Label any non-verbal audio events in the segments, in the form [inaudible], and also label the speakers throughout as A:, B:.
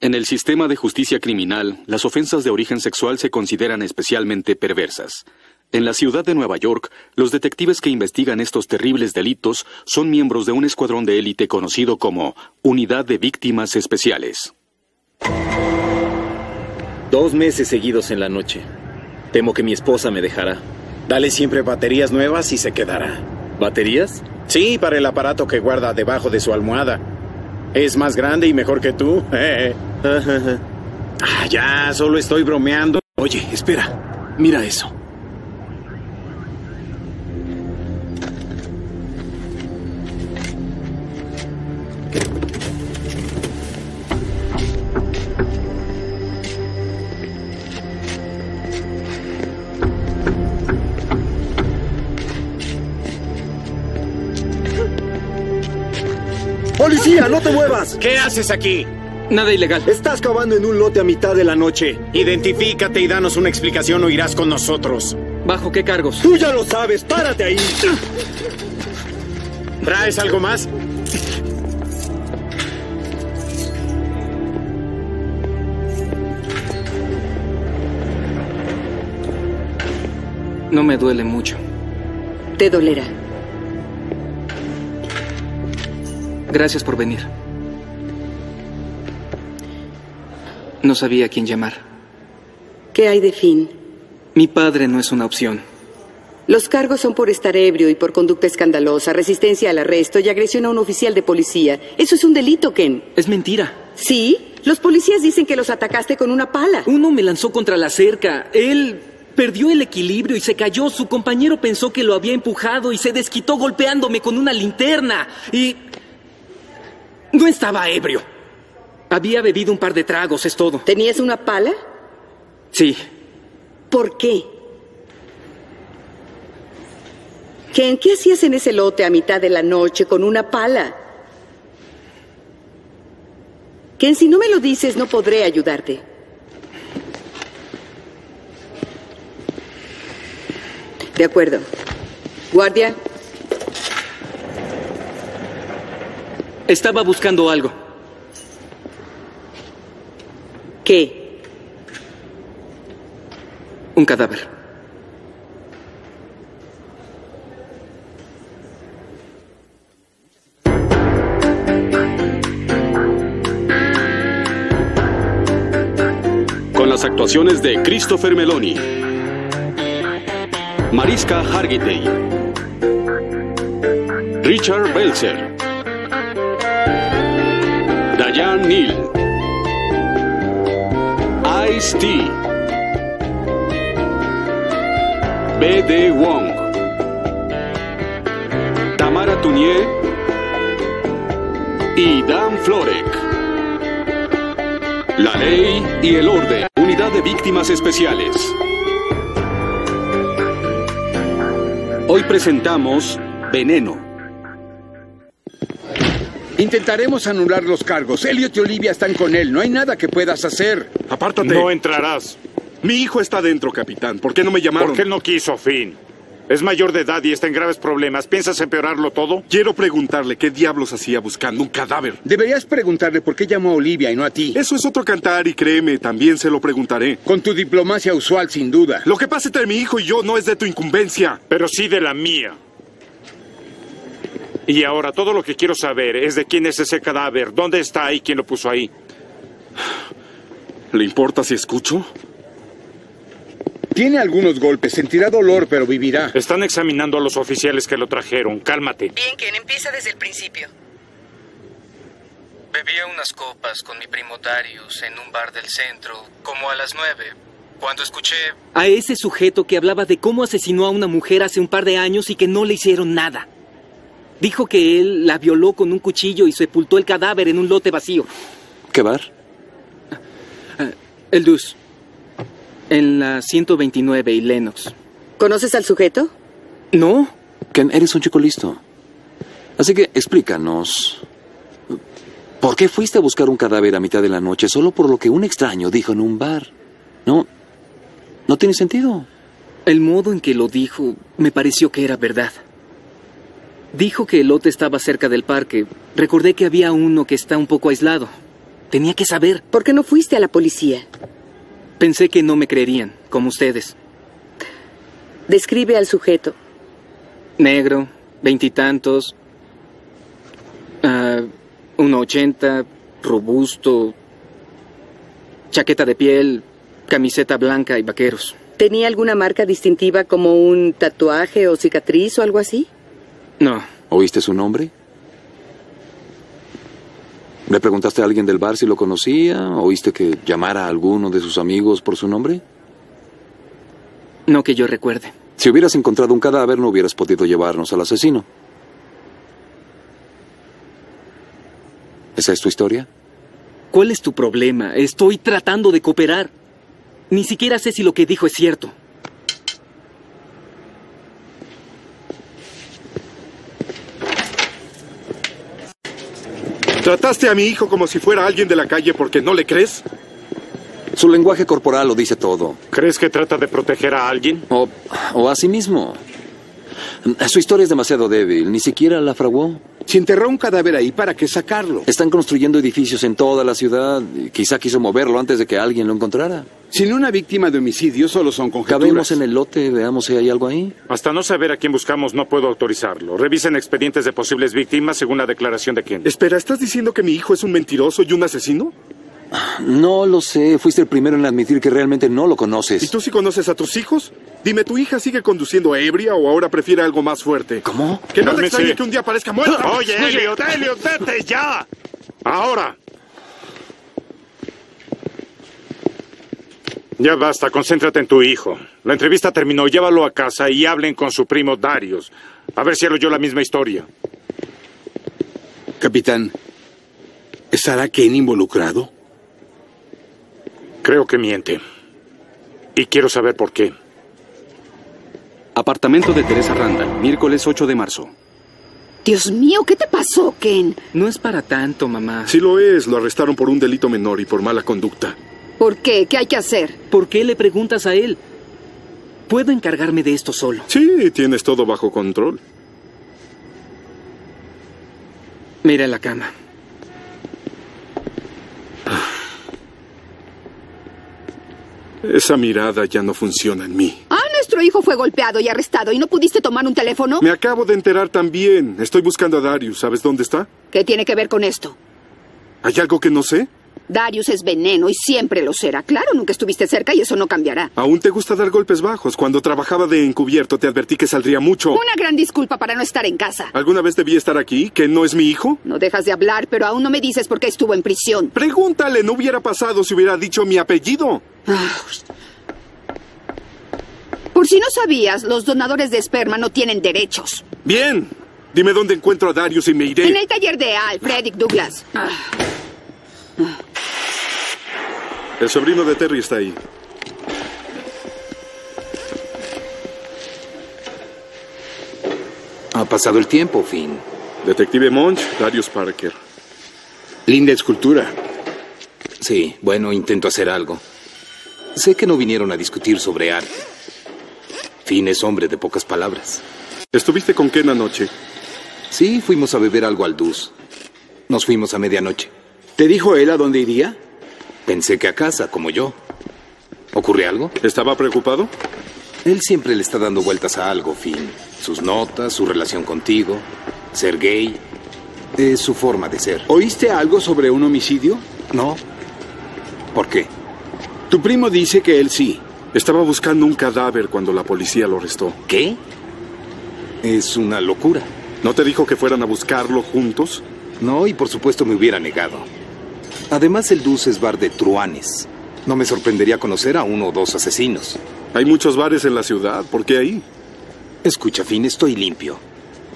A: En el sistema de justicia criminal, las ofensas de origen sexual se consideran especialmente perversas. En la ciudad de Nueva York, los detectives que investigan estos terribles delitos son miembros de un escuadrón de élite conocido como Unidad de Víctimas Especiales.
B: Dos meses seguidos en la noche. Temo que mi esposa me dejará.
C: Dale siempre baterías nuevas y se quedará.
B: ¿Baterías?
C: Sí, para el aparato que guarda debajo de su almohada. Es más grande y mejor que tú. [laughs] ah, ya, solo estoy bromeando.
D: Oye, espera. Mira eso.
E: ¡Policía, no te muevas!
C: ¿Qué haces aquí?
F: Nada ilegal.
E: Estás cavando en un lote a mitad de la noche.
C: Identifícate y danos una explicación o irás con nosotros.
F: ¿Bajo qué cargos?
E: Tú ya lo sabes, párate ahí.
C: ¿Traes algo más?
F: No me duele mucho.
G: Te dolerá.
F: Gracias por venir. No sabía a quién llamar.
G: ¿Qué hay de fin?
F: Mi padre no es una opción.
G: Los cargos son por estar ebrio y por conducta escandalosa, resistencia al arresto y agresión a un oficial de policía. Eso es un delito, Ken.
F: Es mentira.
G: ¿Sí? Los policías dicen que los atacaste con una pala.
F: Uno me lanzó contra la cerca. Él perdió el equilibrio y se cayó. Su compañero pensó que lo había empujado y se desquitó golpeándome con una linterna. Y... No estaba ebrio. Había bebido un par de tragos, es todo.
G: ¿Tenías una pala?
F: Sí.
G: ¿Por qué? ¿Qué, ¿Qué hacías en ese lote a mitad de la noche con una pala? Ken, si no me lo dices, no podré ayudarte. De acuerdo. Guardia.
F: Estaba buscando algo.
G: ¿Qué?
F: Un cadáver.
A: Con las actuaciones de Christopher Meloni, Mariska Hargitay, Richard Belzer, Diane Neal, Ice T, B.D. Wong, Tamara Tunier y Dan Florek. La ley y el orden. Unidad de Víctimas Especiales. Hoy presentamos Veneno.
H: Intentaremos anular los cargos. Elliot y Olivia están con él. No hay nada que puedas hacer.
I: Apártate.
J: No entrarás.
I: Mi hijo está dentro, capitán. ¿Por qué no me llamaron?
J: Porque él no quiso, Finn. Es mayor de edad y está en graves problemas. ¿Piensas empeorarlo todo?
I: Quiero preguntarle qué diablos hacía buscando un cadáver.
H: Deberías preguntarle por qué llamó a Olivia y no a ti.
I: Eso es otro cantar y créeme, también se lo preguntaré.
H: Con tu diplomacia usual, sin duda.
I: Lo que pasa entre mi hijo y yo no es de tu incumbencia.
J: Pero sí de la mía. Y ahora todo lo que quiero saber es de quién es ese cadáver, dónde está y quién lo puso ahí.
I: ¿Le importa si escucho?
H: Tiene algunos golpes, sentirá dolor, pero vivirá.
J: Están examinando a los oficiales que lo trajeron. Cálmate.
G: Bien, Ken, empieza desde el principio.
K: Bebía unas copas con mi primo Darius en un bar del centro, como a las nueve, cuando escuché...
F: A ese sujeto que hablaba de cómo asesinó a una mujer hace un par de años y que no le hicieron nada. Dijo que él la violó con un cuchillo y sepultó el cadáver en un lote vacío.
B: ¿Qué bar?
F: El Dus. En la 129 y Lennox.
G: ¿Conoces al sujeto?
F: No.
B: Ken, eres un chico listo. Así que explícanos. ¿Por qué fuiste a buscar un cadáver a mitad de la noche solo por lo que un extraño dijo en un bar? No. No tiene sentido.
F: El modo en que lo dijo me pareció que era verdad. Dijo que el lote estaba cerca del parque. Recordé que había uno que está un poco aislado. Tenía que saber.
G: ¿Por qué no fuiste a la policía?
F: Pensé que no me creerían, como ustedes.
G: Describe al sujeto.
F: Negro, veintitantos, ah, 1,80, robusto, chaqueta de piel, camiseta blanca y vaqueros.
G: ¿Tenía alguna marca distintiva como un tatuaje o cicatriz o algo así?
F: No.
L: ¿Oíste su nombre? ¿Le preguntaste a alguien del bar si lo conocía? ¿Oíste que llamara a alguno de sus amigos por su nombre?
F: No que yo recuerde.
L: Si hubieras encontrado un cadáver, no hubieras podido llevarnos al asesino. ¿Esa es tu historia?
F: ¿Cuál es tu problema? Estoy tratando de cooperar. Ni siquiera sé si lo que dijo es cierto.
M: ¿Trataste a mi hijo como si fuera alguien de la calle porque no le crees?
L: Su lenguaje
B: Ah,
L: corporal lo dice todo.
J: ¿Crees que trata de proteger a alguien?
L: O, o a sí mismo. Su historia es demasiado débil, ni siquiera la fraguó.
B: Se enterró un cadáver ahí para que sacarlo.
L: Están construyendo edificios en toda la ciudad. y Quizá quiso moverlo antes de que alguien lo encontrara.
B: Sin una víctima de homicidio solo son conjeturas.
L: Cabemos en el lote, veamos si hay algo ahí.
J: Hasta no saber a quién buscamos no puedo autorizarlo. Revisen expedientes de posibles víctimas según la declaración de quien.
M: Espera, ¿estás diciendo que mi hijo es un mentiroso y un asesino?
L: No lo sé. Fuiste el primero en admitir que realmente no lo conoces.
M: ¿Y tú sí conoces a tus hijos? Dime, ¿tu hija sigue conduciendo ebria o ahora prefiere algo más fuerte?
L: ¿Cómo?
M: Que no, le extrañe que un día parezca muerta.
J: [laughs] Oye, Elliot, Elliot, vete ya. Ahora. Ya basta, concéntrate en tu hijo. La entrevista terminó, llévalo a casa y hablen con su primo Darius. A ver si era yo la misma historia.
B: Capitán, ¿estará Ken involucrado?
J: Creo que miente. Y quiero saber por qué.
A: Apartamento de Teresa Randall, miércoles 8 de marzo.
N: Dios mío, ¿qué te pasó, Ken?
F: No es para tanto, mamá.
M: Si lo es, lo arrestaron por un delito menor y por mala conducta.
N: ¿Por qué? ¿Qué hay que hacer?
F: ¿Por qué le preguntas a él? Puedo encargarme de esto solo.
M: Sí, tienes todo bajo control.
F: Mira la cama.
M: Esa mirada ya no funciona en mí.
N: Ah, nuestro hijo fue golpeado y arrestado y no pudiste tomar un teléfono.
M: Me acabo de enterar también. Estoy buscando a Darius. ¿Sabes dónde está?
N: ¿Qué tiene que ver con esto?
M: ¿Hay algo que no sé?
N: Darius es veneno y siempre lo será. Claro, nunca estuviste cerca y eso no cambiará.
M: Aún te gusta dar golpes bajos. Cuando trabajaba de encubierto te advertí que saldría mucho.
N: Una gran disculpa para no estar en casa.
M: ¿Alguna vez debí estar aquí? ¿Que no es mi hijo?
N: No dejas de hablar, pero aún no me dices por qué estuvo en prisión.
M: Pregúntale, no hubiera pasado si hubiera dicho mi apellido.
N: Ah. Por si no sabías, los donadores de esperma no tienen derechos.
M: Bien. Dime dónde encuentro a Darius y me iré.
N: En el taller de Al, Frederick Douglass.
M: El sobrino de Terry está ahí.
L: Ha pasado el tiempo, Finn.
M: Detective Monch, Darius Parker.
O: Linda escultura.
L: Sí, bueno, intento hacer algo. Sé que no vinieron a discutir sobre arte. Finn es hombre de pocas palabras.
M: ¿Estuviste con Ken anoche?
L: Sí, fuimos a beber algo al Dus. Nos fuimos a medianoche.
O: ¿Te dijo él a dónde iría?
L: Pensé que a casa, como yo. ¿Ocurre algo?
M: ¿Estaba preocupado?
L: Él siempre le está dando vueltas a algo, Finn. Sus notas, su relación contigo, ser gay. Es su forma de ser.
O: ¿Oíste algo sobre un homicidio?
L: No. ¿Por qué?
O: Tu primo dice que él sí.
M: Estaba buscando un cadáver cuando la policía lo arrestó.
L: ¿Qué? Es una locura.
M: ¿No te dijo que fueran a buscarlo juntos?
L: No, y por supuesto me hubiera negado. Además, el Dulce es bar de truanes. No me sorprendería conocer a uno o dos asesinos.
M: Hay muchos bares en la ciudad. ¿Por qué ahí?
L: Escucha, Finn, estoy limpio.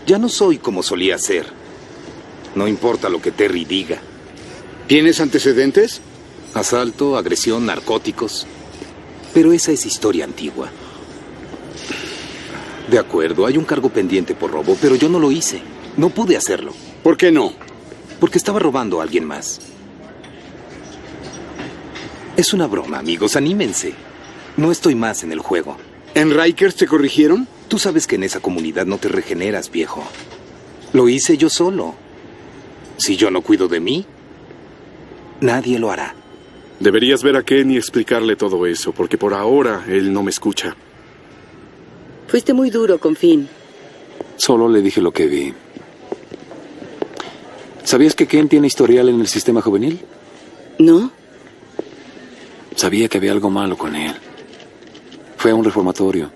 L: Ya no soy como solía ser. No importa lo que Terry diga.
O: ¿Tienes antecedentes?
L: Asalto, agresión, narcóticos. Pero esa es historia antigua. De acuerdo, hay un cargo pendiente por robo, pero yo no lo hice. No pude hacerlo.
O: ¿Por qué no?
L: Porque estaba robando a alguien más. Es una broma, amigos, anímense. No estoy más en el juego.
O: ¿En Rikers te corrigieron?
L: Tú sabes que en esa comunidad no te regeneras, viejo. Lo hice yo solo. Si yo no cuido de mí,
P: Nadie lo hará.
I: Deberías ver a Ken y explicarle todo eso, porque por ahora él no me escucha.
G: Fuiste muy duro con Finn.
B: Solo le dije lo que vi. ¿Sabías que Ken tiene historial en el sistema juvenil?
G: ¿No?
B: Sabía que había algo malo con él. Fue a un reformatorio.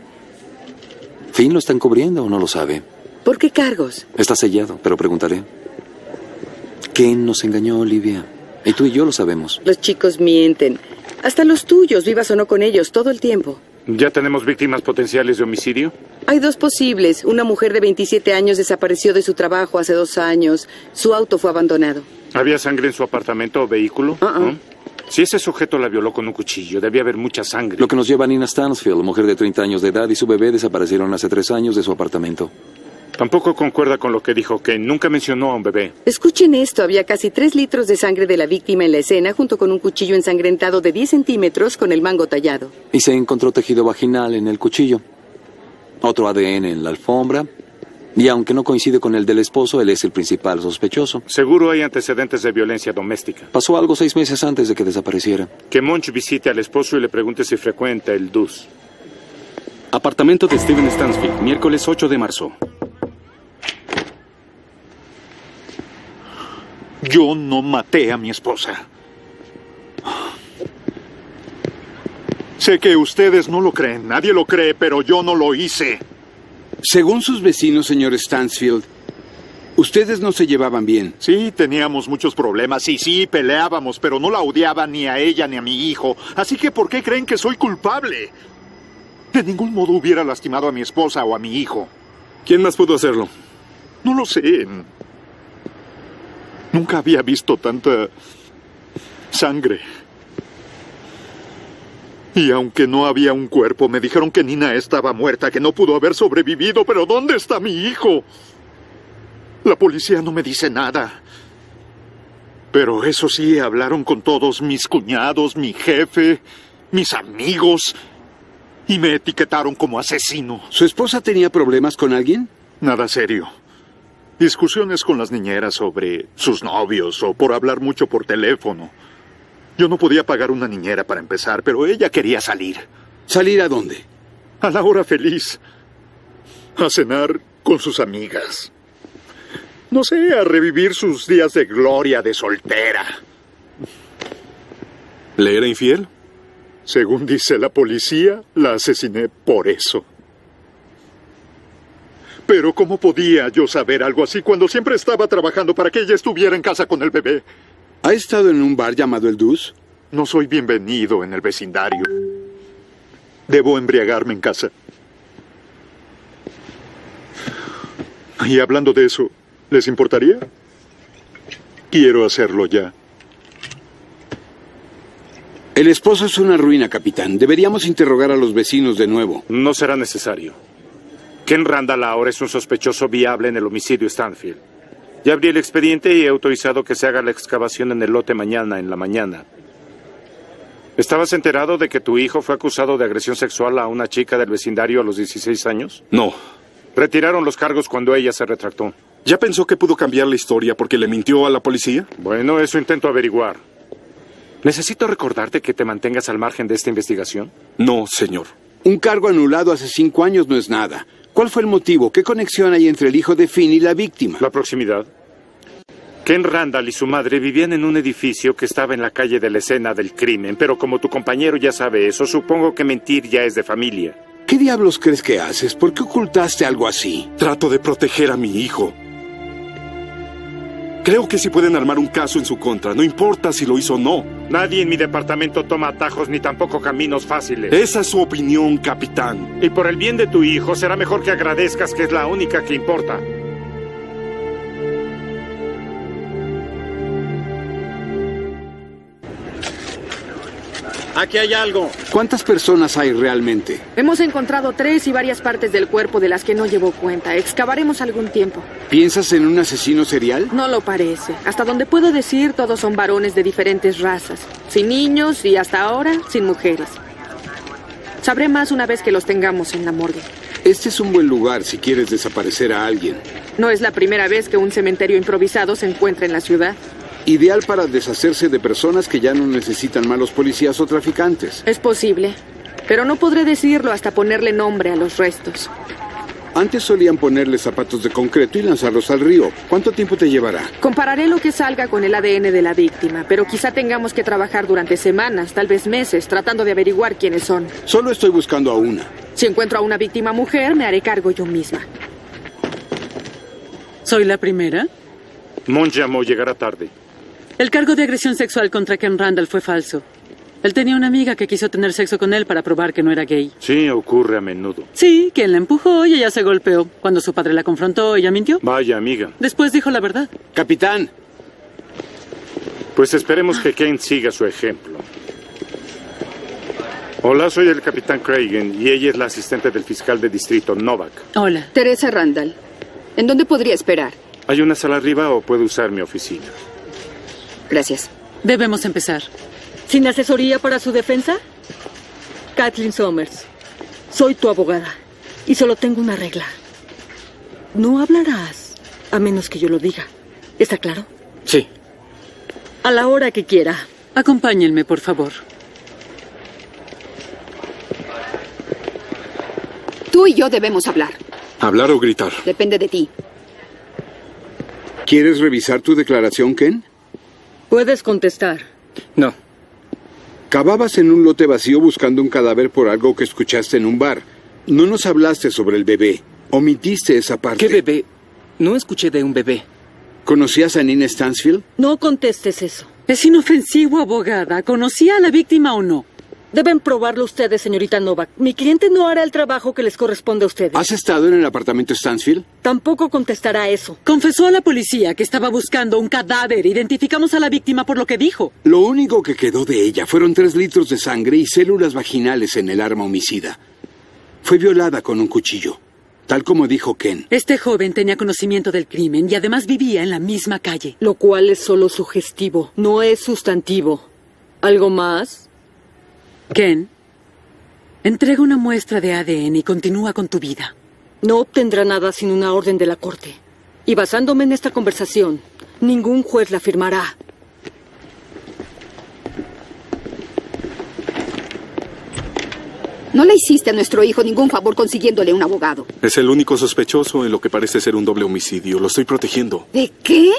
B: ¿Finn lo está encubriendo o no lo sabe?
G: ¿Por qué cargos?
B: Está sellado, pero preguntaré. Ken nos engañó, Olivia. Y tú y yo lo sabemos.
G: Los chicos mienten. Hasta los tuyos, vivas o no con ellos, todo el tiempo.
J: ¿Ya tenemos víctimas potenciales de homicidio?
G: Hay dos posibles. Una mujer de 27 años desapareció de su trabajo hace dos años. Su auto fue abandonado.
J: ¿Había sangre en su apartamento o vehículo?
G: Ah, ah.
J: ¿No? Si ese sujeto la violó con un cuchillo, debía haber mucha sangre.
B: Lo que nos lleva a Nina Stansfield, mujer de 30 años de edad y su bebé desaparecieron hace tres años de su apartamento.
J: Tampoco concuerda con lo que dijo que nunca mencionó a un bebé.
G: Escuchen esto, había casi tres litros de sangre de la víctima en la escena junto con un cuchillo ensangrentado de 10 centímetros con el mango tallado.
B: Y se encontró tejido vaginal en el cuchillo. Otro ADN en la alfombra. Y aunque no coincide con el del esposo, él es el principal sospechoso.
J: Seguro hay antecedentes de violencia doméstica.
B: Pasó algo seis meses antes de que desapareciera.
J: Que Monch visite al esposo y le pregunte si frecuenta el DUS.
A: Apartamento de Steven Stansfield, miércoles 8 de marzo.
Q: Yo no maté a mi esposa. Sé que ustedes no lo creen, nadie lo cree, pero yo no lo hice.
O: Según sus vecinos, señor Stansfield, ustedes no se llevaban bien.
Q: Sí, teníamos muchos problemas, y sí, peleábamos, pero no la odiaba ni a ella ni a mi hijo. Así que, ¿por qué creen que soy culpable? De ningún modo hubiera lastimado a mi esposa o a mi hijo.
I: ¿Quién más pudo hacerlo?
Q: No lo sé. Nunca había visto tanta sangre. Y aunque no había un cuerpo, me dijeron que Nina estaba muerta, que no pudo haber sobrevivido, pero ¿dónde está mi hijo? La policía no me dice nada. Pero eso sí, hablaron con todos mis cuñados, mi jefe, mis amigos, y me etiquetaron como asesino.
O: ¿Su esposa tenía problemas con alguien?
Q: Nada serio. Discusiones con las niñeras sobre sus novios o por hablar mucho por teléfono. Yo no podía pagar una niñera para empezar, pero ella quería salir.
O: ¿Salir a dónde?
Q: A la hora feliz. A cenar con sus amigas. No sé, a revivir sus días de gloria de soltera.
I: ¿Le era infiel?
Q: Según dice la policía, la asesiné por eso. Pero ¿cómo podía yo saber algo así cuando siempre estaba trabajando para que ella estuviera en casa con el bebé?
O: ¿Ha estado en un bar llamado El Dus?
Q: No soy bienvenido en el vecindario. Debo embriagarme en casa. Y hablando de eso, ¿les importaría? Quiero hacerlo ya.
O: El esposo es una ruina, capitán. Deberíamos interrogar a los vecinos de nuevo.
J: No será necesario. Ken Randall ahora es un sospechoso viable en el homicidio Stanfield. Ya abrí el expediente y he autorizado que se haga la excavación en el lote mañana en la mañana. ¿Estabas enterado de que tu hijo fue acusado de agresión sexual a una chica del vecindario a los 16 años?
I: No.
J: Retiraron los cargos cuando ella se retractó.
I: ¿Ya pensó que pudo cambiar la historia porque le mintió a la policía?
J: Bueno, eso intento averiguar. ¿Necesito recordarte que te mantengas al margen de esta investigación?
I: No, señor.
O: Un cargo anulado hace cinco años no es nada. ¿Cuál fue el motivo? ¿Qué conexión hay entre el hijo de Finn y la víctima?
J: La proximidad. Ken Randall y su madre vivían en un edificio que estaba en la calle de la escena del crimen, pero como tu compañero ya sabe eso, supongo que mentir ya es de familia.
O: ¿Qué diablos crees que haces? ¿Por qué ocultaste algo así?
I: Trato de proteger a mi hijo. Creo que sí pueden armar un caso en su contra, no importa si lo hizo o no.
J: Nadie en mi departamento toma atajos ni tampoco caminos fáciles.
I: Esa es su opinión, capitán.
J: Y por el bien de tu hijo, será mejor que agradezcas que es la única que importa.
C: Aquí hay algo.
O: ¿Cuántas personas hay realmente?
R: Hemos encontrado tres y varias partes del cuerpo de las que no llevo cuenta. Excavaremos algún tiempo.
O: ¿Piensas en un asesino serial?
R: No lo parece. Hasta donde puedo decir, todos son varones de diferentes razas. Sin niños y hasta ahora, sin mujeres. Sabré más una vez que los tengamos en la morgue.
O: Este es un buen lugar si quieres desaparecer a alguien.
R: No es la primera vez que un cementerio improvisado se encuentra en la ciudad.
O: Ideal para deshacerse de personas que ya no necesitan malos policías o traficantes.
R: Es posible, pero no podré decirlo hasta ponerle nombre a los restos.
O: Antes solían ponerle zapatos de concreto y lanzarlos al río. ¿Cuánto tiempo te llevará?
R: Compararé lo que salga con el ADN de la víctima, pero quizá tengamos que trabajar durante semanas, tal vez meses, tratando de averiguar quiénes son.
O: Solo estoy buscando a una.
R: Si encuentro a una víctima mujer, me haré cargo yo misma.
P: ¿Soy la primera?
J: Monjamo llegará tarde.
P: El cargo de agresión sexual contra Ken Randall fue falso. Él tenía una amiga que quiso tener sexo con él para probar que no era gay.
J: Sí, ocurre a menudo.
P: Sí, quien la empujó y ella se golpeó. Cuando su padre la confrontó, ella mintió.
J: Vaya, amiga.
P: Después dijo la verdad.
O: Capitán.
J: Pues esperemos que Ken siga su ejemplo. Hola, soy el capitán Cragen y ella es la asistente del fiscal de distrito, Novak.
P: Hola.
N: Teresa Randall. ¿En dónde podría esperar?
J: ¿Hay una sala arriba o puedo usar mi oficina?
N: Gracias.
P: Debemos empezar.
S: ¿Sin asesoría para su defensa? Kathleen Somers, soy tu abogada y solo tengo una regla. No hablarás a menos que yo lo diga. ¿Está claro?
D: Sí.
S: A la hora que quiera.
P: Acompáñenme, por favor.
N: Tú y yo debemos hablar.
O: ¿Hablar o gritar?
N: Depende de ti.
O: ¿Quieres revisar tu declaración, Ken?
S: Puedes contestar.
D: No.
O: Cavabas en un lote vacío buscando un cadáver por algo que escuchaste en un bar. No nos hablaste sobre el bebé. Omitiste esa parte.
D: ¿Qué bebé? No escuché de un bebé.
O: ¿Conocías a Nina Stansfield?
S: No contestes eso.
P: Es inofensivo, abogada. ¿Conocía a la víctima o no?
S: Deben probarlo ustedes, señorita Novak. Mi cliente no hará el trabajo que les corresponde a ustedes.
O: ¿Has estado en el apartamento Stansfield?
S: Tampoco contestará eso.
P: Confesó a la policía que estaba buscando un cadáver. Identificamos a la víctima por lo que dijo.
O: Lo único que quedó de ella fueron tres litros de sangre y células vaginales en el arma homicida. Fue violada con un cuchillo, tal como dijo Ken.
P: Este joven tenía conocimiento del crimen y además vivía en la misma calle.
S: Lo cual es solo sugestivo, no es sustantivo. ¿Algo más?
P: Ken, entrega una muestra de ADN y continúa con tu vida.
S: No obtendrá nada sin una orden de la corte. Y basándome en esta conversación, ningún juez la firmará.
N: No le hiciste a nuestro hijo ningún favor consiguiéndole un abogado.
M: Es el único sospechoso en lo que parece ser un doble homicidio. Lo estoy protegiendo.
N: ¿De qué?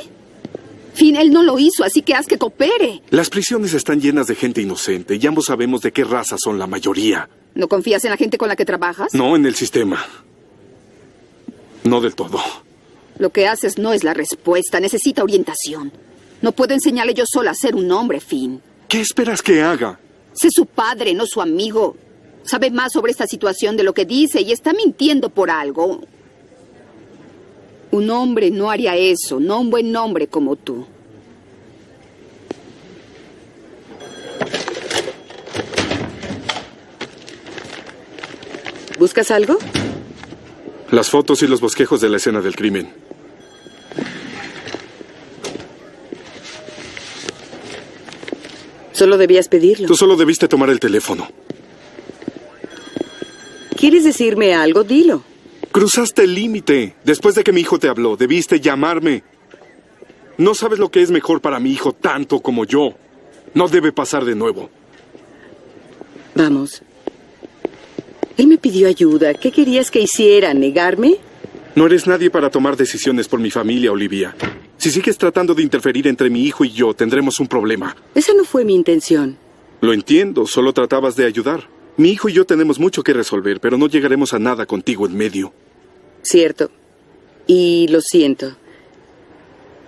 N: fin, él no lo hizo, así que haz que coopere.
M: Las prisiones están llenas de gente inocente y ambos sabemos de qué raza son la mayoría.
N: ¿No confías en la gente con la que trabajas?
M: No, en el sistema. No del todo.
N: Lo que haces no es la respuesta, necesita orientación. No puedo enseñarle yo sola a ser un hombre, Finn.
M: ¿Qué esperas que haga?
N: Sé su padre, no su amigo. Sabe más sobre esta situación de lo que dice y está mintiendo por algo. Un hombre no haría eso, no un buen hombre como tú.
G: ¿Buscas algo?
M: Las fotos y los bosquejos de la escena del crimen.
G: Solo debías pedirlo.
M: Tú solo debiste tomar el teléfono.
G: ¿Quieres decirme algo? Dilo.
M: Cruzaste el límite. Después de que mi hijo te habló, debiste llamarme. No sabes lo que es mejor para mi hijo tanto como yo. No debe pasar de nuevo.
G: Vamos. Él me pidió ayuda. ¿Qué querías que hiciera? ¿Negarme?
M: No eres nadie para tomar decisiones por mi familia, Olivia. Si sigues tratando de interferir entre mi hijo y yo, tendremos un problema.
G: Esa no fue mi intención.
M: Lo entiendo, solo tratabas de ayudar. Mi hijo y yo tenemos mucho que resolver, pero no llegaremos a nada contigo en medio.
G: Cierto. Y lo siento.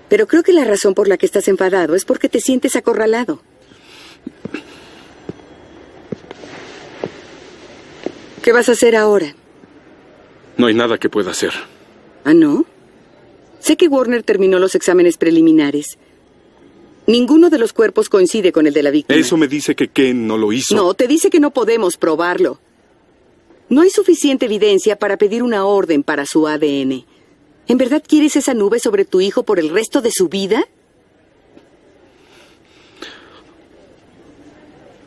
G: Pero creo que la razón por la que estás enfadado es porque te sientes acorralado. ¿Qué vas a hacer ahora?
M: No hay nada que pueda hacer.
G: ¿Ah, no? Sé que Warner terminó los exámenes preliminares. Ninguno de los cuerpos coincide con el de la víctima.
M: Eso me dice que Ken no lo hizo.
G: No, te dice que no podemos probarlo. No hay suficiente evidencia para pedir una orden para su ADN. ¿En verdad quieres esa nube sobre tu hijo por el resto de su vida?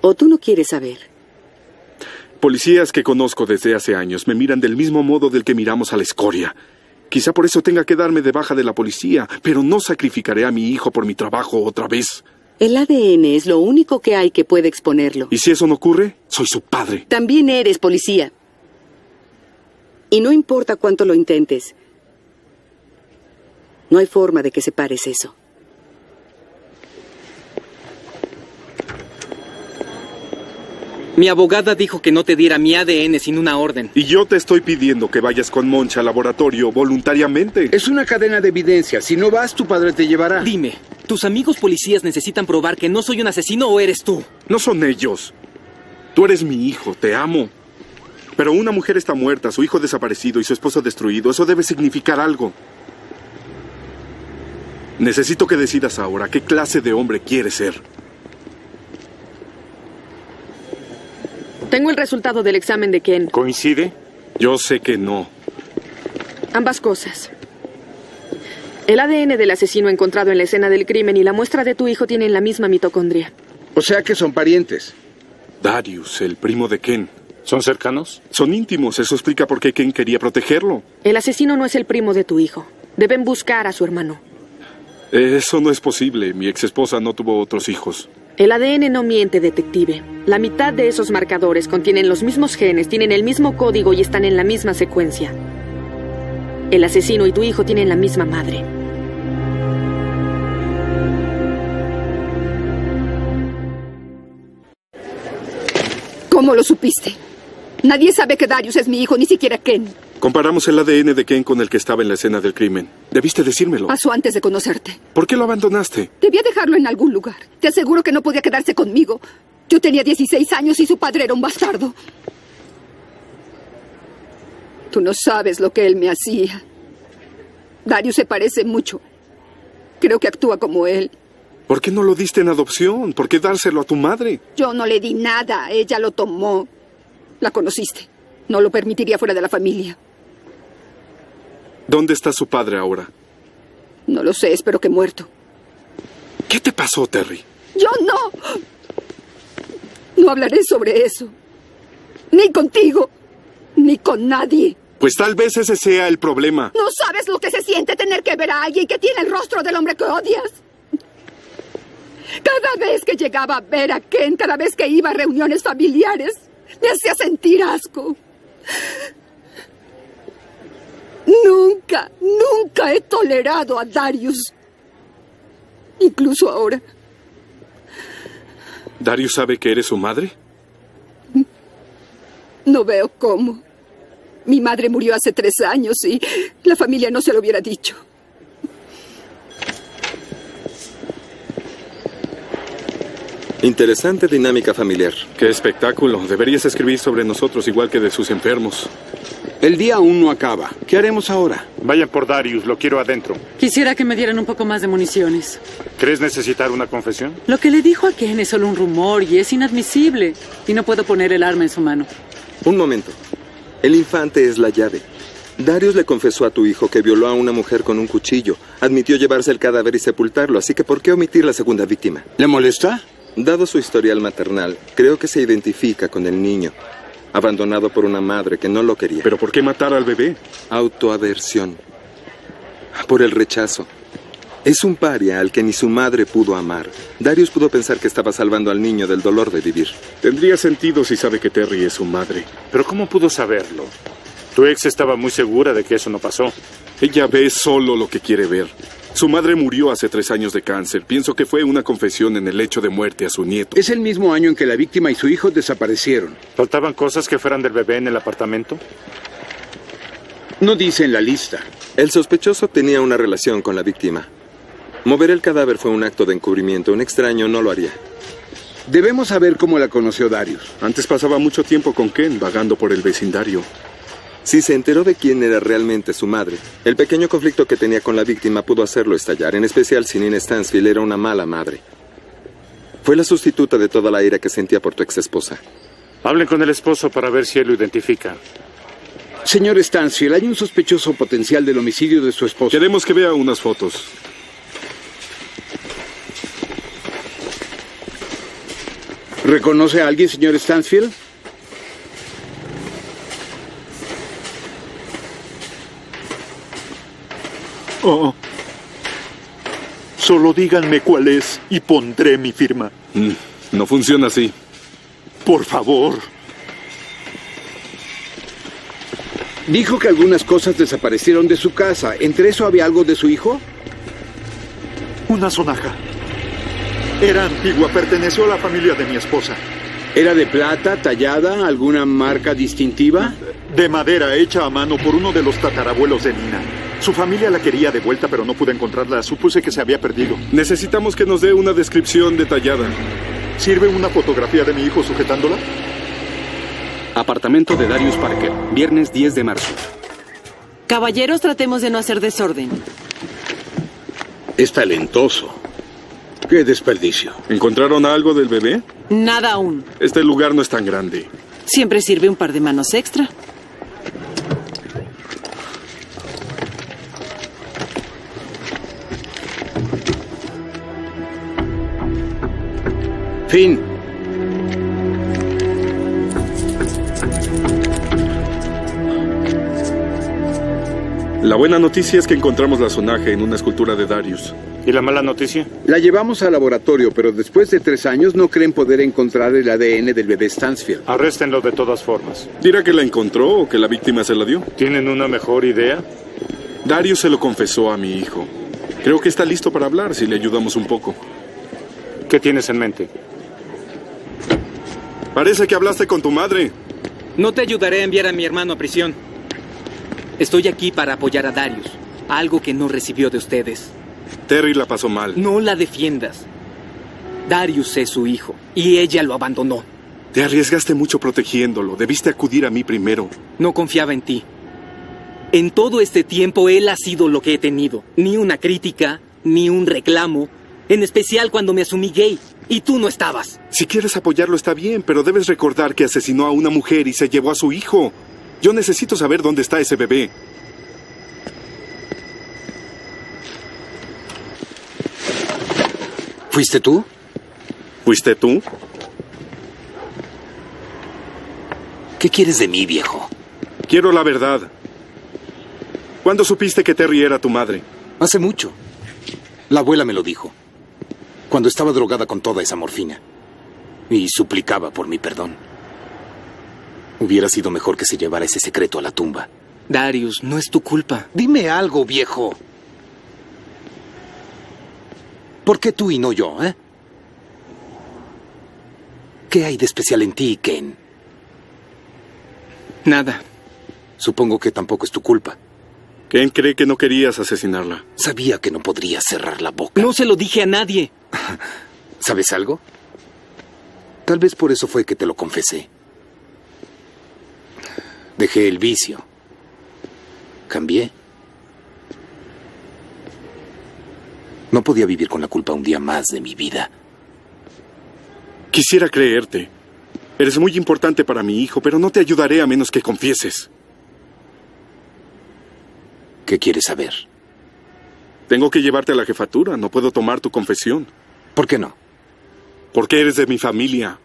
G: ¿O tú no quieres saber?
M: Policías que conozco desde hace años me miran del mismo modo del que miramos a la escoria. Quizá por eso tenga que darme de baja de la policía, pero no sacrificaré a mi hijo por mi trabajo otra vez.
G: El ADN es lo único que hay que puede exponerlo.
M: Y si eso no ocurre, soy su padre.
G: También eres policía. Y no importa cuánto lo intentes. No hay forma de que separes eso.
F: Mi abogada dijo que no te diera mi ADN sin una orden.
M: Y yo te estoy pidiendo que vayas con Moncha al laboratorio voluntariamente.
O: Es una cadena de evidencia. Si no vas, tu padre te llevará.
F: Dime, tus amigos policías necesitan probar que no soy un asesino o eres tú.
M: No son ellos. Tú eres mi hijo, te amo. Pero una mujer está muerta, su hijo desaparecido y su esposo destruido. Eso debe significar algo. Necesito que decidas ahora qué clase de hombre quieres ser.
R: Tengo el resultado del examen de Ken.
J: ¿Coincide?
M: Yo sé que no.
R: Ambas cosas. El ADN del asesino encontrado en la escena del crimen y la muestra de tu hijo tienen la misma mitocondria.
O: O sea que son parientes.
M: Darius, el primo de Ken.
J: ¿Son cercanos?
M: Son íntimos. Eso explica por qué Ken quería protegerlo.
R: El asesino no es el primo de tu hijo. Deben buscar a su hermano.
M: Eso no es posible. Mi exesposa no tuvo otros hijos.
R: El ADN no miente, detective. La mitad de esos marcadores contienen los mismos genes, tienen el mismo código y están en la misma secuencia. El asesino y tu hijo tienen la misma madre.
N: ¿Cómo lo supiste? Nadie sabe que Darius es mi hijo, ni siquiera Ken.
M: Comparamos el ADN de Ken con el que estaba en la escena del crimen. Debiste decírmelo.
N: Pasó antes de conocerte.
M: ¿Por qué lo abandonaste?
N: Debía dejarlo en algún lugar. Te aseguro que no podía quedarse conmigo. Yo tenía 16 años y su padre era un bastardo. Tú no sabes lo que él me hacía. Darius se parece mucho. Creo que actúa como él.
M: ¿Por qué no lo diste en adopción? ¿Por qué dárselo a tu madre?
N: Yo no le di nada. Ella lo tomó. La conociste. No lo permitiría fuera de la familia.
M: ¿Dónde está su padre ahora?
N: No lo sé, espero que muerto.
M: ¿Qué te pasó, Terry?
N: Yo no. No hablaré sobre eso. Ni contigo, ni con nadie.
M: Pues tal vez ese sea el problema.
N: No sabes lo que se siente tener que ver a alguien que tiene el rostro del hombre que odias. Cada vez que llegaba a ver a Ken, cada vez que iba a reuniones familiares, me hacía sentir asco. Nunca, nunca he tolerado a Darius. Incluso ahora.
M: ¿Darius sabe que eres su madre?
N: No veo cómo. Mi madre murió hace tres años y la familia no se lo hubiera dicho.
T: Interesante dinámica familiar.
M: Qué espectáculo. Deberías escribir sobre nosotros igual que de sus enfermos.
O: El día aún no acaba. ¿Qué haremos ahora?
J: Vayan por Darius, lo quiero adentro.
P: Quisiera que me dieran un poco más de municiones.
J: ¿Crees necesitar una confesión?
P: Lo que le dijo a Ken es solo un rumor y es inadmisible. Y no puedo poner el arma en su mano.
T: Un momento. El infante es la llave. Darius le confesó a tu hijo que violó a una mujer con un cuchillo. Admitió llevarse el cadáver y sepultarlo, así que ¿por qué omitir la segunda víctima?
O: ¿Le molesta?
T: Dado su historial maternal, creo que se identifica con el niño, abandonado por una madre que no lo quería.
M: ¿Pero por qué matar al bebé?
T: Autoaversión. Por el rechazo. Es un paria al que ni su madre pudo amar. Darius pudo pensar que estaba salvando al niño del dolor de vivir.
M: Tendría sentido si sabe que Terry es su madre.
J: Pero ¿cómo pudo saberlo? Tu ex estaba muy segura de que eso no pasó.
M: Ella ve solo lo que quiere ver. Su madre murió hace tres años de cáncer. Pienso que fue una confesión en el hecho de muerte a su nieto.
O: Es el mismo año en que la víctima y su hijo desaparecieron.
J: ¿Faltaban cosas que fueran del bebé en el apartamento?
O: No dice en la lista.
T: El sospechoso tenía una relación con la víctima. Mover el cadáver fue un acto de encubrimiento. Un extraño no lo haría.
O: Debemos saber cómo la conoció Darius.
M: Antes pasaba mucho tiempo con Ken vagando por el vecindario.
T: Si se enteró de quién era realmente su madre, el pequeño conflicto que tenía con la víctima pudo hacerlo estallar, en especial si Nina Stansfield era una mala madre. Fue la sustituta de toda la ira que sentía por tu exesposa.
J: Hablen con el esposo para ver si él lo identifica.
O: Señor Stansfield, hay un sospechoso potencial del homicidio de su esposa.
M: Queremos que vea unas fotos.
O: ¿Reconoce a alguien, señor Stansfield?
Q: Oh. Solo díganme cuál es y pondré mi firma.
M: Mm, No funciona así.
Q: Por favor.
O: Dijo que algunas cosas desaparecieron de su casa. ¿Entre eso había algo de su hijo?
Q: Una sonaja. Era antigua, perteneció a la familia de mi esposa.
O: ¿Era de plata, tallada, alguna marca distintiva?
Q: De madera hecha a mano por uno de los tatarabuelos de Nina. Su familia la quería de vuelta, pero no pude encontrarla. Supuse que se había perdido.
M: Necesitamos que nos dé una descripción detallada.
Q: ¿Sirve una fotografía de mi hijo sujetándola?
A: Apartamento de Darius Parker, viernes 10 de marzo.
U: Caballeros, tratemos de no hacer desorden.
V: Es talentoso. Qué desperdicio.
M: ¿Encontraron algo del bebé?
U: Nada aún.
M: Este lugar no es tan grande.
U: Siempre sirve un par de manos extra.
V: Fin.
M: La buena noticia es que encontramos la sonaja en una escultura de Darius.
J: ¿Y la mala noticia?
O: La llevamos al laboratorio, pero después de tres años no creen poder encontrar el ADN del bebé Stansfield.
J: Arréstenlo de todas formas.
M: ¿Dirá que la encontró o que la víctima se la dio?
J: ¿Tienen una mejor idea?
M: Darius se lo confesó a mi hijo. Creo que está listo para hablar si le ayudamos un poco.
J: ¿Qué tienes en mente?
M: Parece que hablaste con tu madre.
D: No te ayudaré a enviar a mi hermano a prisión. Estoy aquí para apoyar a Darius, algo que no recibió de ustedes.
M: Terry la pasó mal.
D: No la defiendas. Darius es su hijo y ella lo abandonó.
M: Te arriesgaste mucho protegiéndolo. Debiste acudir a mí primero.
D: No confiaba en ti. En todo este tiempo él ha sido lo que he tenido. Ni una crítica, ni un reclamo. En especial cuando me asumí gay y tú no estabas.
M: Si quieres apoyarlo está bien, pero debes recordar que asesinó a una mujer y se llevó a su hijo. Yo necesito saber dónde está ese bebé.
B: ¿Fuiste tú?
M: ¿Fuiste tú?
B: ¿Qué quieres de mí, viejo?
M: Quiero la verdad. ¿Cuándo supiste que Terry era tu madre?
L: Hace mucho. La abuela me lo dijo. Cuando estaba drogada con toda esa morfina. Y suplicaba por mi perdón. Hubiera sido mejor que se llevara ese secreto a la tumba.
D: Darius, no es tu culpa.
L: Dime algo, viejo. ¿Por qué tú y no yo, eh? ¿Qué hay de especial en ti, Ken?
D: Nada.
L: Supongo que tampoco es tu culpa.
M: Ken cree que no querías asesinarla.
L: Sabía que no podría cerrar la boca.
D: No se lo dije a nadie.
L: ¿Sabes algo? Tal vez por eso fue que te lo confesé. Dejé el vicio. Cambié. No podía vivir con la culpa un día más de mi vida.
M: Quisiera creerte. Eres muy importante para mi hijo, pero no te ayudaré a menos que confieses.
L: ¿Qué quieres saber?
M: Tengo que llevarte a la jefatura, no puedo tomar tu confesión.
L: ¿Por qué no?
M: Porque eres de mi familia.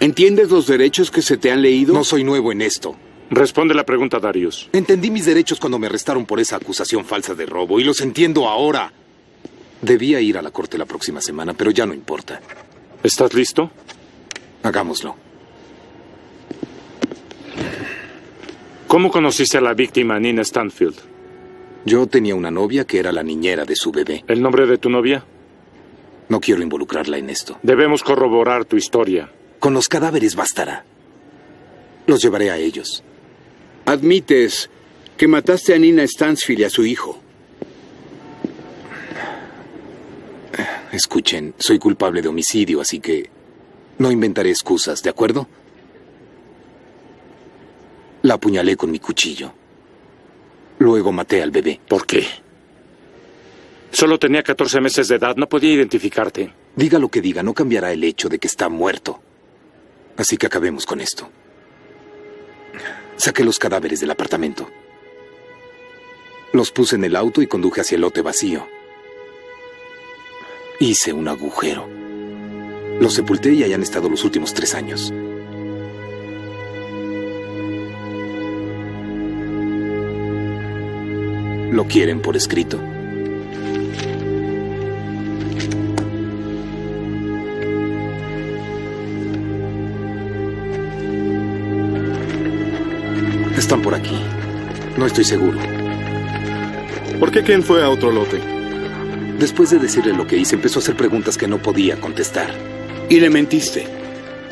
O: ¿Entiendes los derechos que se te han leído?
L: No soy nuevo en esto.
J: Responde la pregunta, Darius.
L: Entendí mis derechos cuando me arrestaron por esa acusación falsa de robo y los entiendo ahora. Debía ir a la corte la próxima semana, pero ya no importa.
J: ¿Estás listo?
L: Hagámoslo.
J: ¿Cómo conociste a la víctima, Nina Stanfield?
L: Yo tenía una novia que era la niñera de su bebé.
J: ¿El nombre de tu novia?
L: No quiero involucrarla en esto.
J: Debemos corroborar tu historia.
L: Con los cadáveres bastará. Los llevaré a ellos.
O: Admites que mataste a Nina Stansfield y a su hijo.
L: Escuchen, soy culpable de homicidio, así que no inventaré excusas, ¿de acuerdo? La apuñalé con mi cuchillo. Luego maté al bebé.
J: ¿Por qué? Solo tenía 14 meses de edad, no podía identificarte.
L: Diga lo que diga, no cambiará el hecho de que está muerto. Así que acabemos con esto. Saqué los cadáveres del apartamento. Los puse en el auto y conduje hacia el lote vacío. Hice un agujero. Los sepulté y hayan estado los últimos tres años. ¿Lo quieren por escrito? Están por aquí. No estoy seguro.
I: ¿Por qué Ken fue a otro lote?
L: Después de decirle lo que hice, empezó a hacer preguntas que no podía contestar.
O: Y le mentiste.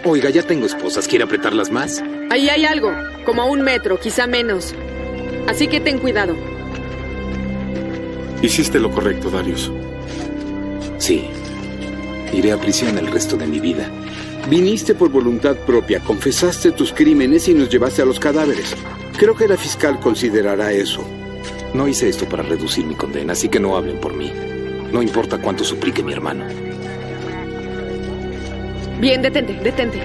L: Oiga, ya tengo esposas. ¿Quiere apretarlas más?
R: Ahí hay algo, como a un metro, quizá menos. Así que ten cuidado.
I: Hiciste lo correcto, Darius.
L: Sí. Iré a prisión el resto de mi vida.
O: Viniste por voluntad propia, confesaste tus crímenes y nos llevaste a los cadáveres. Creo que la fiscal considerará eso.
L: No hice esto para reducir mi condena, así que no hablen por mí. No importa cuánto suplique mi hermano.
R: Bien, detente, detente.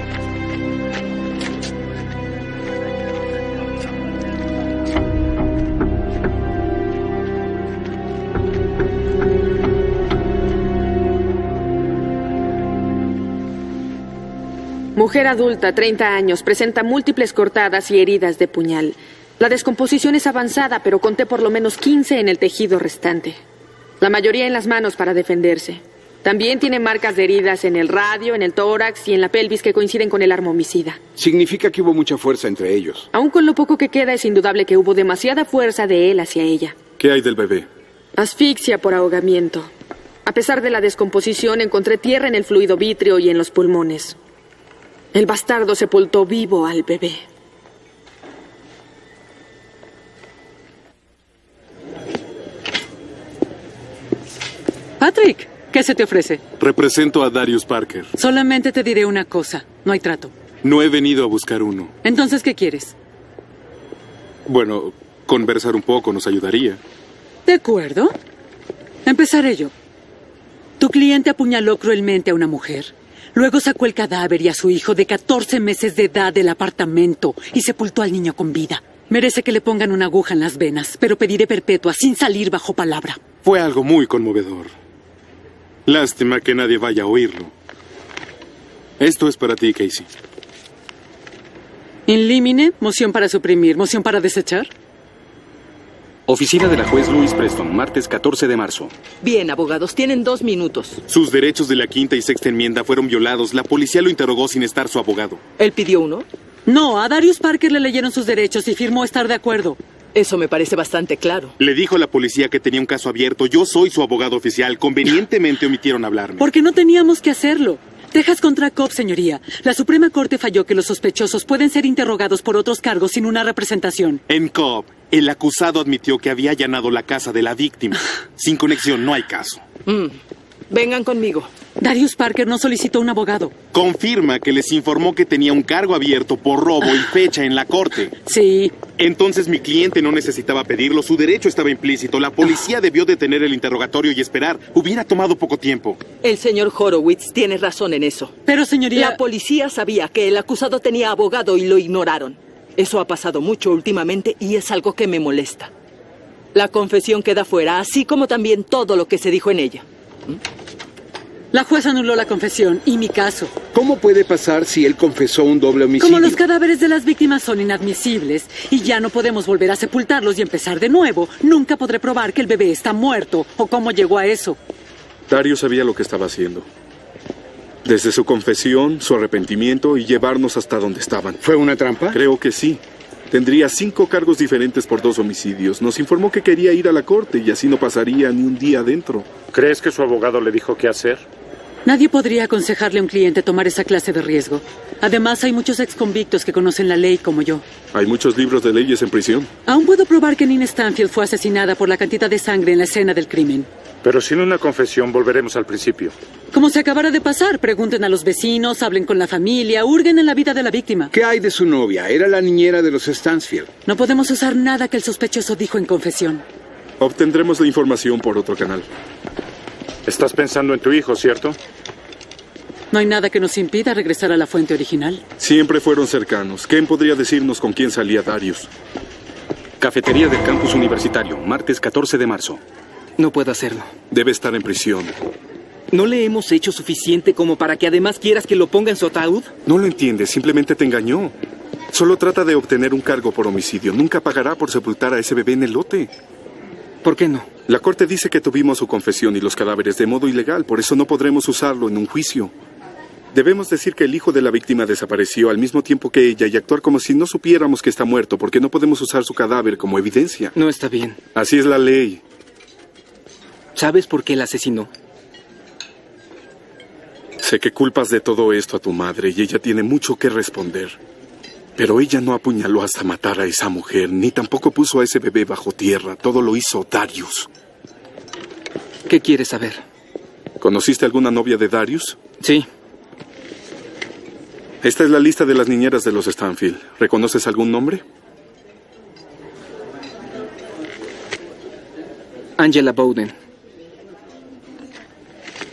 R: Mujer adulta, 30 años, presenta múltiples cortadas y heridas de puñal. La descomposición es avanzada, pero conté por lo menos 15 en el tejido restante. La mayoría en las manos para defenderse. También tiene marcas de heridas en el radio, en el tórax y en la pelvis que coinciden con el arma homicida.
O: Significa que hubo mucha fuerza entre ellos.
R: Aún con lo poco que queda, es indudable que hubo demasiada fuerza de él hacia ella.
I: ¿Qué hay del bebé?
R: Asfixia por ahogamiento. A pesar de la descomposición, encontré tierra en el fluido vítreo y en los pulmones. El bastardo sepultó vivo al bebé.
P: Patrick, ¿qué se te ofrece?
I: Represento a Darius Parker.
P: Solamente te diré una cosa, no hay trato.
I: No he venido a buscar uno.
P: Entonces, ¿qué quieres?
I: Bueno, conversar un poco nos ayudaría.
P: De acuerdo. Empezaré yo. Tu cliente apuñaló cruelmente a una mujer. Luego sacó el cadáver y a su hijo de 14 meses de edad del apartamento y sepultó al niño con vida. Merece que le pongan una aguja en las venas, pero pediré perpetua sin salir bajo palabra.
I: Fue algo muy conmovedor. Lástima que nadie vaya a oírlo. Esto es para ti, Casey.
P: Inlímine, moción para suprimir, moción para desechar.
M: Oficina de la juez Luis Preston, martes 14 de marzo.
W: Bien, abogados, tienen dos minutos.
I: Sus derechos de la quinta y sexta enmienda fueron violados. La policía lo interrogó sin estar su abogado.
W: ¿Él pidió uno?
P: No, a Darius Parker le leyeron sus derechos y firmó estar de acuerdo.
W: Eso me parece bastante claro.
I: Le dijo a la policía que tenía un caso abierto. Yo soy su abogado oficial. Convenientemente omitieron hablarme.
P: Porque no teníamos que hacerlo. Texas contra Cobb, señoría. La Suprema Corte falló que los sospechosos pueden ser interrogados por otros cargos sin una representación.
I: En Cobb, el acusado admitió que había allanado la casa de la víctima. Sin conexión, no hay caso.
W: Mm. Vengan conmigo.
P: Darius Parker no solicitó un abogado.
I: Confirma que les informó que tenía un cargo abierto por robo y fecha en la corte.
P: Sí.
I: Entonces mi cliente no necesitaba pedirlo, su derecho estaba implícito. La policía debió detener el interrogatorio y esperar. Hubiera tomado poco tiempo.
W: El señor Horowitz tiene razón en eso.
P: Pero señoría...
W: La policía sabía que el acusado tenía abogado y lo ignoraron. Eso ha pasado mucho últimamente y es algo que me molesta. La confesión queda fuera, así como también todo lo que se dijo en ella.
P: La juez anuló la confesión y mi caso.
O: ¿Cómo puede pasar si él confesó un doble homicidio?
P: Como los cadáveres de las víctimas son inadmisibles y ya no podemos volver a sepultarlos y empezar de nuevo, nunca podré probar que el bebé está muerto o cómo llegó a eso.
I: Dario sabía lo que estaba haciendo. Desde su confesión, su arrepentimiento y llevarnos hasta donde estaban.
O: ¿Fue una trampa?
I: Creo que sí. Tendría cinco cargos diferentes por dos homicidios. Nos informó que quería ir a la corte y así no pasaría ni un día adentro.
J: ¿Crees que su abogado le dijo qué hacer?
P: Nadie podría aconsejarle a un cliente tomar esa clase de riesgo. Además, hay muchos exconvictos que conocen la ley como yo.
I: Hay muchos libros de leyes en prisión.
P: Aún puedo probar que Nina Stanfield fue asesinada por la cantidad de sangre en la escena del crimen.
J: Pero sin una confesión volveremos al principio.
P: Como se acabara de pasar, pregunten a los vecinos, hablen con la familia, hurguen en la vida de la víctima.
O: ¿Qué hay de su novia? Era la niñera de los Stansfield.
P: No podemos usar nada que el sospechoso dijo en confesión.
I: Obtendremos la información por otro canal.
J: Estás pensando en tu hijo, ¿cierto?
P: No hay nada que nos impida regresar a la fuente original.
I: Siempre fueron cercanos. ¿Quién podría decirnos con quién salía Darius?
M: Cafetería del campus universitario, martes 14 de marzo.
F: No puedo hacerlo.
I: Debe estar en prisión.
F: ¿No le hemos hecho suficiente como para que además quieras que lo ponga en su ataúd?
I: No lo entiendes, simplemente te engañó. Solo trata de obtener un cargo por homicidio. Nunca pagará por sepultar a ese bebé en el lote.
F: ¿Por qué no?
M: La corte dice que tuvimos su confesión y los cadáveres de modo ilegal, por eso no podremos usarlo en un juicio. Debemos decir que el hijo de la víctima desapareció al mismo tiempo que ella y actuar como si no supiéramos que está muerto, porque no podemos usar su cadáver como evidencia.
F: No está bien.
M: Así es la ley.
F: ¿Sabes por qué la asesinó?
M: Sé que culpas de todo esto a tu madre y ella tiene mucho que responder. Pero ella no apuñaló hasta matar a esa mujer, ni tampoco puso a ese bebé bajo tierra. Todo lo hizo Darius.
F: ¿Qué quieres saber?
M: ¿Conociste alguna novia de Darius?
F: Sí.
M: Esta es la lista de las niñeras de los Stanfield. ¿Reconoces algún nombre?
F: Angela Bowden.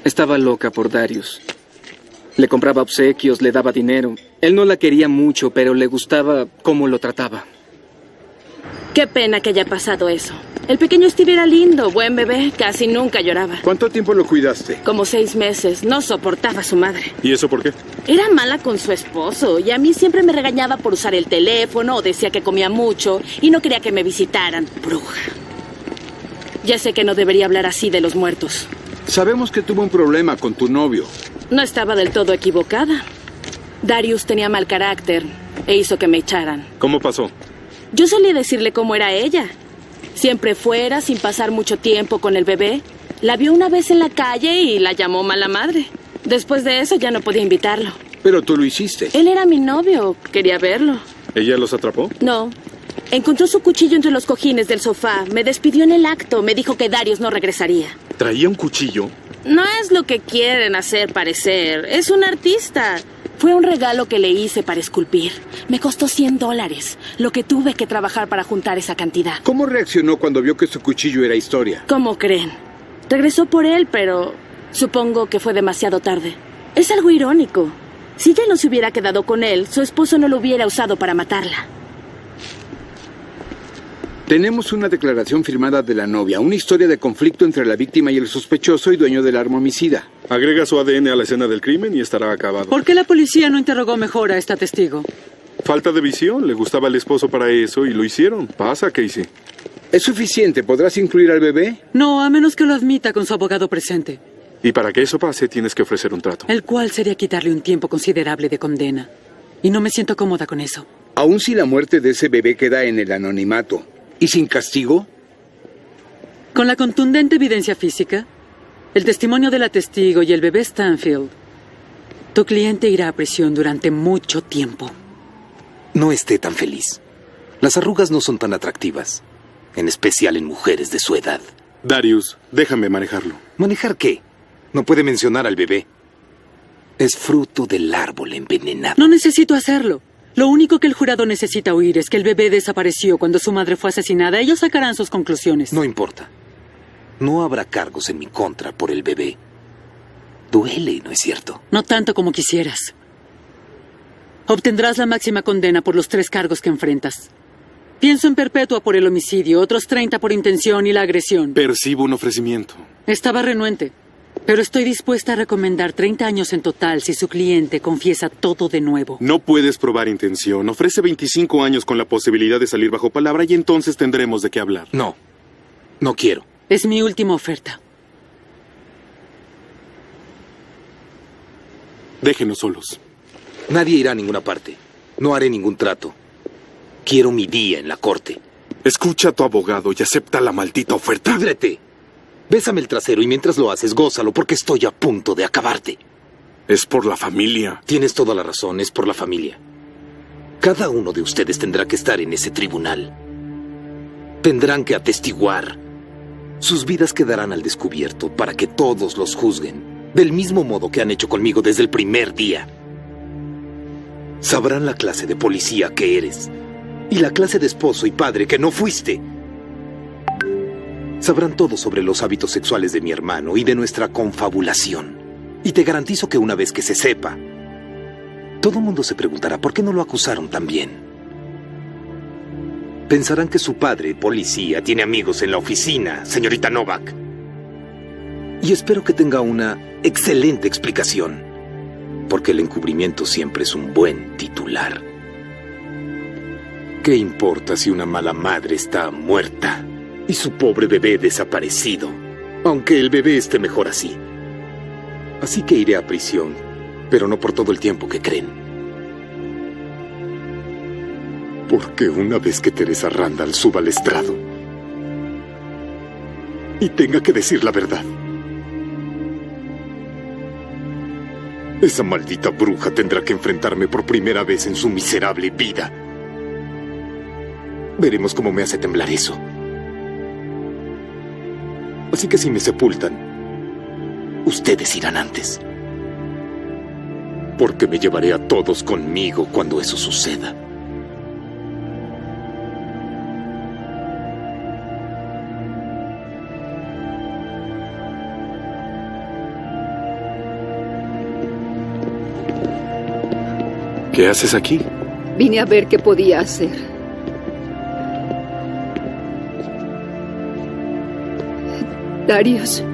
F: Estaba loca por Darius. Le compraba obsequios, le daba dinero. Él no la quería mucho, pero le gustaba cómo lo trataba.
V: Qué pena que haya pasado eso. El pequeño Steve era lindo, buen bebé, casi nunca lloraba.
O: ¿Cuánto tiempo lo cuidaste?
V: Como seis meses, no soportaba a su madre.
M: ¿Y eso por qué?
V: Era mala con su esposo y a mí siempre me regañaba por usar el teléfono o decía que comía mucho y no quería que me visitaran. Bruja. Ya sé que no debería hablar así de los muertos.
O: Sabemos que tuvo un problema con tu novio.
V: No estaba del todo equivocada. Darius tenía mal carácter e hizo que me echaran.
M: ¿Cómo pasó?
V: Yo solía decirle cómo era ella. Siempre fuera, sin pasar mucho tiempo con el bebé. La vio una vez en la calle y la llamó mala madre. Después de eso ya no podía invitarlo.
O: Pero tú lo hiciste.
V: Él era mi novio, quería verlo.
M: ¿Ella los atrapó?
V: No. Encontró su cuchillo entre los cojines del sofá, me despidió en el acto, me dijo que Darius no regresaría.
M: ¿Traía un cuchillo?
V: No es lo que quieren hacer parecer. Es un artista. Fue un regalo que le hice para esculpir. Me costó 100 dólares, lo que tuve que trabajar para juntar esa cantidad.
O: ¿Cómo reaccionó cuando vio que su cuchillo era historia?
V: ¿Cómo creen? Regresó por él, pero supongo que fue demasiado tarde. Es algo irónico. Si ella no se hubiera quedado con él, su esposo no lo hubiera usado para matarla.
O: Tenemos una declaración firmada de la novia, una historia de conflicto entre la víctima y el sospechoso y dueño del arma homicida.
M: Agrega su ADN a la escena del crimen y estará acabado.
P: ¿Por qué la policía no interrogó mejor a esta testigo?
M: Falta de visión, le gustaba el esposo para eso y lo hicieron. Pasa, Casey.
O: ¿Es suficiente? ¿Podrás incluir al bebé?
P: No, a menos que lo admita con su abogado presente.
M: Y para que eso pase tienes que ofrecer un trato.
P: El cual sería quitarle un tiempo considerable de condena. Y no me siento cómoda con eso.
O: Aun si la muerte de ese bebé queda en el anonimato, ¿Y sin castigo?
P: Con la contundente evidencia física, el testimonio de la testigo y el bebé Stanfield, tu cliente irá a prisión durante mucho tiempo.
L: No esté tan feliz. Las arrugas no son tan atractivas, en especial en mujeres de su edad.
I: Darius, déjame manejarlo.
L: ¿Manejar qué? No puede mencionar al bebé. Es fruto del árbol envenenado.
P: No necesito hacerlo. Lo único que el jurado necesita oír es que el bebé desapareció cuando su madre fue asesinada. Ellos sacarán sus conclusiones.
L: No importa. No habrá cargos en mi contra por el bebé. Duele, ¿no es cierto?
P: No tanto como quisieras. Obtendrás la máxima condena por los tres cargos que enfrentas. Pienso en perpetua por el homicidio, otros 30 por intención y la agresión.
M: Percibo un ofrecimiento.
P: Estaba renuente, pero estoy dispuesta a recomendar 30 años en total si su cliente confiesa todo de nuevo.
I: No puedes probar intención. Ofrece 25 años con la posibilidad de salir bajo palabra y entonces tendremos de qué hablar.
L: No. No quiero.
P: Es mi última oferta.
I: Déjenos solos.
L: Nadie irá a ninguna parte. No haré ningún trato. Quiero mi día en la corte.
M: Escucha a tu abogado y acepta la maldita oferta.
L: ¡Pídrete! Bésame el trasero y mientras lo haces, gózalo porque estoy a punto de acabarte.
M: Es por la familia.
L: Tienes toda la razón, es por la familia. Cada uno de ustedes tendrá que estar en ese tribunal. Tendrán que atestiguar. Sus vidas quedarán al descubierto para que todos los juzguen, del mismo modo que han hecho conmigo desde el primer día. Sabrán la clase de policía que eres y la clase de esposo y padre que no fuiste. Sabrán todo sobre los hábitos sexuales de mi hermano y de nuestra confabulación. Y te garantizo que una vez que se sepa, todo mundo se preguntará por qué no lo acusaron también. Pensarán que su padre, policía, tiene amigos en la oficina, señorita Novak. Y espero que tenga una excelente explicación, porque el encubrimiento siempre es un buen titular. ¿Qué importa si una mala madre está muerta? y su pobre bebé desaparecido. Aunque el bebé esté mejor así. Así que iré a prisión, pero no por todo el tiempo que creen. Porque una vez que Teresa Randall suba al estrado y tenga que decir la verdad, esa maldita bruja tendrá que enfrentarme por primera vez en su miserable vida. Veremos cómo me hace temblar eso. Así que si me sepultan, ustedes irán antes. Porque me llevaré a todos conmigo cuando eso suceda.
M: ¿Qué haces aquí?
N: Vine a ver qué podía hacer. Darius,